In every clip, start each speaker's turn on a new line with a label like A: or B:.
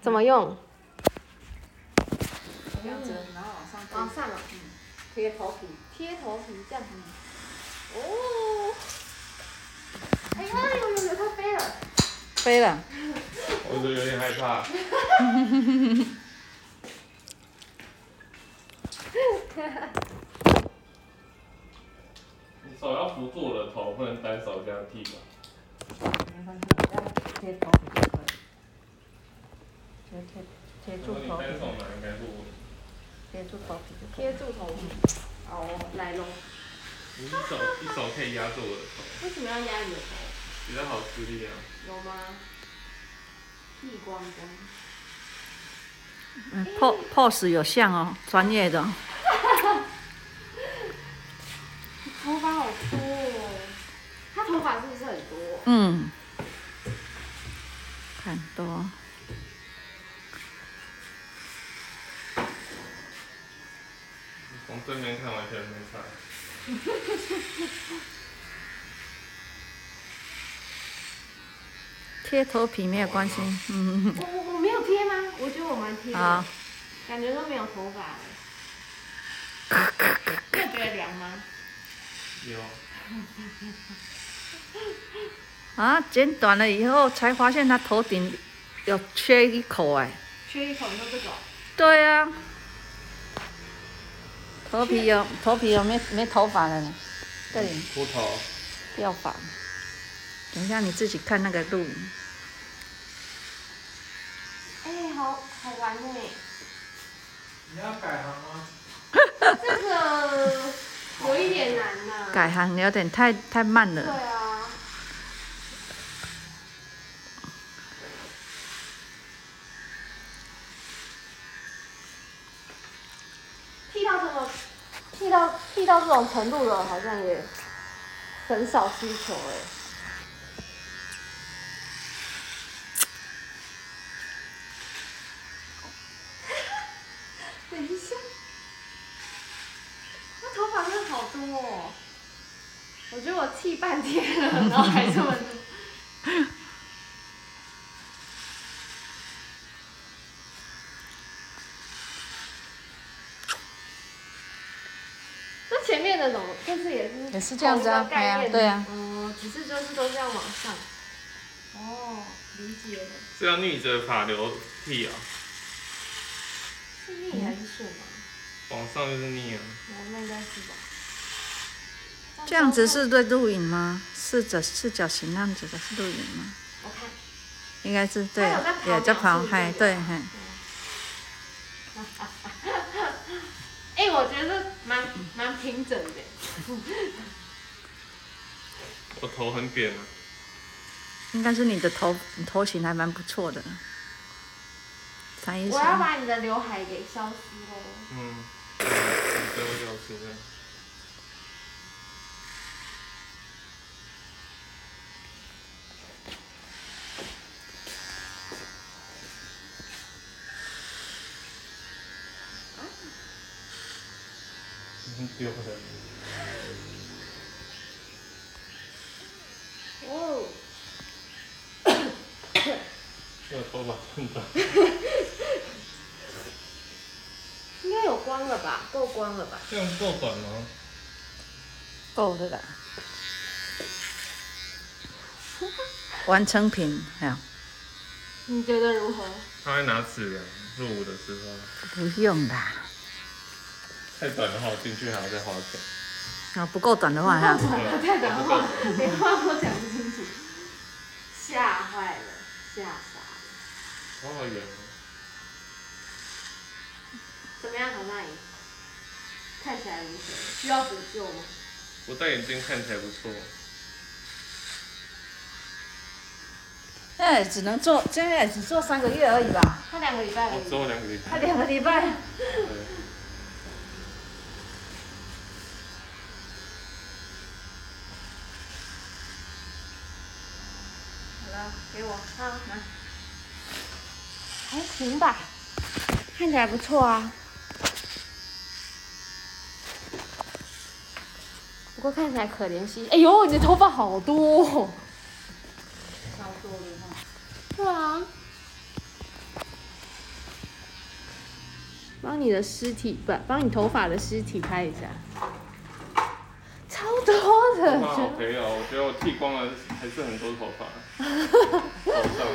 A: 怎么用？
B: 这样子，然后往上推
A: 往上哦
B: 嗯，贴头皮，
A: 贴头皮这样。哦。哎呀，有有有，它飞了。
C: 飞了，
D: 我都有点害怕。 你手要扶住我的头，不能单手这样踢吧？
B: 没关系，要贴头皮就可以，贴贴贴
D: 如
B: 住
D: 果你
B: 头
D: 单手
B: 皮，
D: 拿，应该是我。
B: 贴住头皮就可以。
A: 贴住头皮。哦，来喽。
D: 你一手一手可以压住我的头，
A: 为什么要压你的头？
D: 比较好吃力啊。
A: 有吗？剃光光。
C: 嗯，pose pose 有像哦，专业的哦，
A: 头发好多哦。他头发是不是很多？
C: 嗯，看多，
D: 从正面看完全没差。
C: 贴头皮没有关系，嗯，
A: 我我我没有贴吗？我觉得我蛮贴
C: 好
A: 的，，感觉都没有头 发了。你有觉得凉吗？
D: 有，
C: 啊，剪短了以后才发现他头顶有缺一口哎、
A: 缺一口你说这个哦，
C: 对啊，头皮有头皮有没没头发了呢，这里
D: 秃头。
C: 掉发。等一下你自己看那个录影，
A: 哎，好好玩哎。
D: 你要改行吗？
A: 这个有一点难呐、
C: 改行有点太太慢
A: 对
C: 了，
A: 啊，剃到这个，剃到剃到这种程度的，好像也很少需求哎、等一下，他头发真的好多哦。我觉得我剃半天了，然后还这么多。 那前面那种就是也是
C: 也是这样子啊
A: 同一个概念
C: 对啊
A: 哦，只是就是都是要往上。哦，理解了。
D: 是要逆着法流剃啊，
A: 是逆还是顺啊？
D: 往上就是逆啊。
A: 我那应该是吧。
C: 这样子是对录影吗？四角四角形那样子的是录影吗？
A: 我看，
C: 应该是对
A: 它有在，跑
C: 也
A: 秒
C: 在跑，
A: 数
C: 嘿，
A: 对
C: 对，
A: 不
C: 嘿，
A: 哎、我觉得蛮蛮平整的。
D: 我头很扁啊。
C: 应该是你的头你头型还蛮不错的，才一
A: 我要把你的刘海给消失喽。
D: 嗯。你最后就是这样。很嗯丢人。
A: 哦，
D: 这个头发真的。
A: 应该有光了吧？够光了吧？
D: 这样够短吗？
C: 够的啦，完成品，哎呀，
A: 你觉得如何？
D: 他会拿尺量入伍的时候，
C: 不用啦。
D: 太短的话，我进去还要再花钱。
C: 啊，不够短的话哈，
A: 我太短话，连话都讲不清楚， 吓坏了，吓傻了。
D: 头好圆哦，
A: 怎么样，小蚂蚁？看起来如何？需要补救吗？
D: 我戴眼镜看起来不错。
C: 那也哎只能做，现在也只做三个月而已吧。
A: 他两个礼拜而
D: 我
A: 已
D: 之。后两个礼
C: 他
D: 拜。
C: 两个礼拜，
D: 对
A: 好了，给我，啊好，拿。还行吧，看起来不错啊。不过看起来可怜兮兮。哎呦，你的头发好多、哦。
B: 超多的话，
A: 对啊。帮你的尸体不，帮你头发的尸体拍一下，超多的，
D: 哇，好
A: 觉得
D: 赔哦！我觉得我剃光了还是很多头发，头上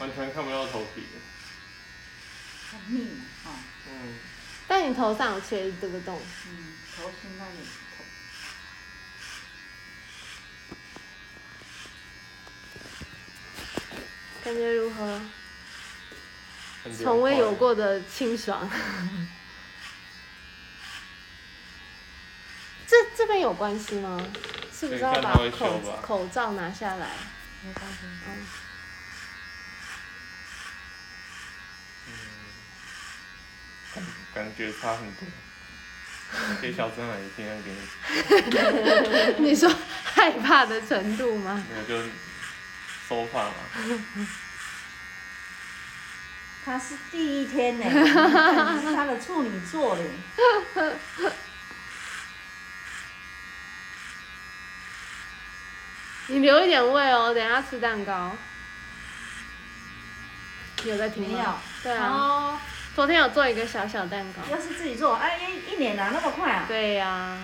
D: 完全看不到头皮。
C: 很密嘛，哈、
D: 嗯，
A: 但你头上有缺这个洞，
C: 嗯，头是那里头，
A: 感觉如何？
D: 很凉快
A: 从未有。过的清爽。 这这边有关系吗？是不是要
D: 等一下
A: 把
D: 他会
A: 口
D: 修吧
A: 口罩拿下来？
C: 没关系。
A: 嗯，
D: 感感觉差很多。给小真来一定要给 你，
A: 你说害怕的程度吗？
D: 那个就收发嘛。
C: 他是第一 天呢，你是他的处女座嘞。
A: 你留一点胃哦，等一下吃蛋糕。你有在听
C: 没
A: 吗？
C: 有。
A: 对
C: 然
A: 啊，
C: 后
A: 昨天有做一个小小蛋糕。
C: 要是自己做，哎、一一年哪那么快啊？
A: 对呀、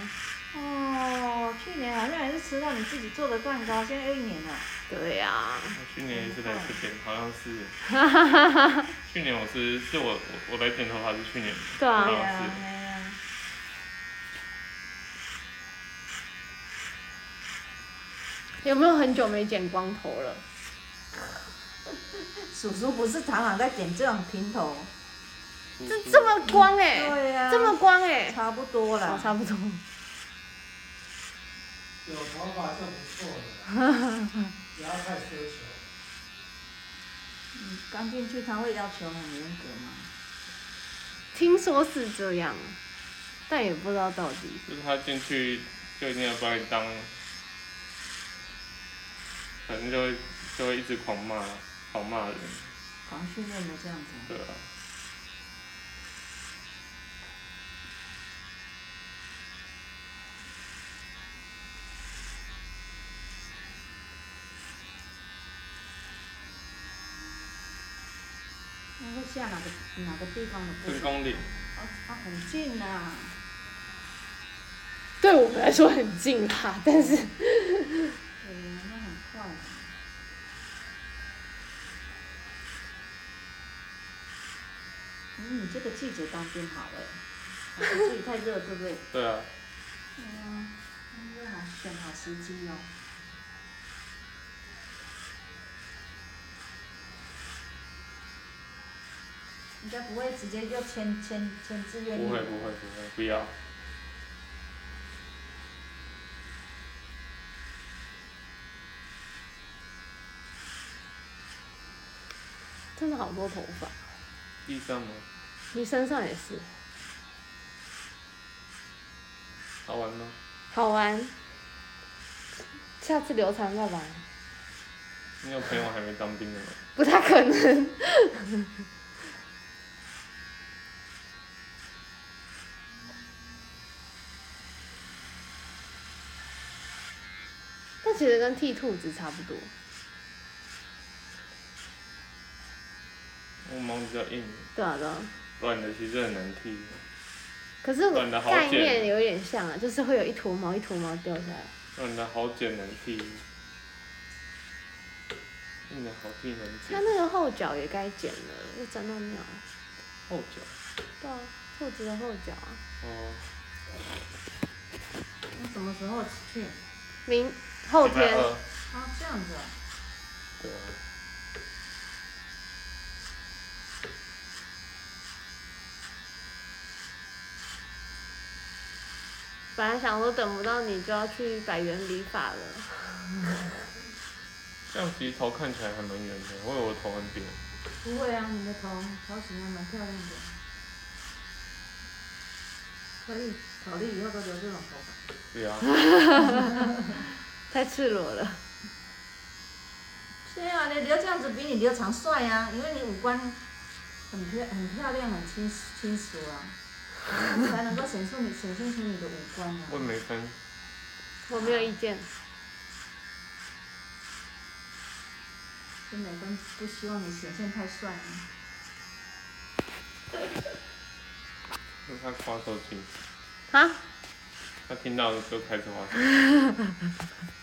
C: 哦，去年好像也是吃到你自己做的蛋糕，现在又一年了。
A: 对呀、
D: 我去年也是来这边，好像是。去年我是是我我我来剪头发是去年，
A: 对啊
D: 好
C: 对
D: 像
C: 啊
D: 是。，
C: 对啊。
A: 有没有很久没剪光头了？
C: 叔叔不是常常在剪这种平头？
A: 这这么光哎、
C: 对呀
A: 这么光哎、
C: 差不多
A: 哦
C: 了，。
A: 差不多。
E: 有头发就不错了，不要太奢求。
C: 嗯刚进去他会要求很严格吗？
A: 听说是这样，但也不知道到底。
D: 就是他进去就一定要把你当，反正就会就会一直狂骂，狂骂人，
C: 好像训练的这样子。
D: 对啊。
C: 那会下哪个哪个地方的部
D: 这是
C: 分？
D: 公里，
C: 哦，啊，很近呐、啊。
A: 对我们来说很近啦，但是
C: 对呀、那很快、嗯，你这个记者当兵好哎、欸，好像这里太热，对不对？
D: 对啊，
C: 对呀、那热好选好时机哦。应该不会直接就签签签志愿
D: 不
C: 役
D: 会
C: 吧
D: 不会不会，不要。
A: 真的好多头发，
D: 地上吗？
A: 你身上也是。
D: 好玩吗？
A: 好玩，下次留长再玩，
D: 你有朋友还没当兵的吗？
A: 不太可能。 但其实跟剃兔子差不多，
D: 我毛比较硬，
A: 对啊对啊。
D: 短的其实很难剃。
A: 可是
D: 短的好
A: 概
D: 剪
A: 念有点像啊，就是会有一坨毛一坨毛掉下来。
D: 软的好剪难剃，硬的好剃难
A: 它
D: 剪。
A: 那个后脚也该剪了，又沾到尿。
D: 后脚
A: 对啊，兔子的后脚啊，
D: 哦，
C: 那什么时候去？
A: 明后
D: 礼拜
A: 天
D: 二
C: 啊，这样子、啊。
D: 对啊，
A: 本来想说等不到你就要去百元理发了，
D: 这样其实头看起来还蛮圆的，我以为我头很扁。
C: 不会啊，你的头头型还啊蛮漂亮的，可以考虑以后都留这种头发。
D: 对啊，
A: 太赤裸了。
C: 对啊，你留这样子比你留长帅呀、啊，因为你五官很漂很漂亮，很清清楚啊，这样才能够显出你显现出你的五官啊。
D: 我也没分，
A: 我没有意见，
C: 就美工不希望你显现太帅啊。
D: 因为他滑手机，
F: 啊？
D: 他听到就开始滑手机。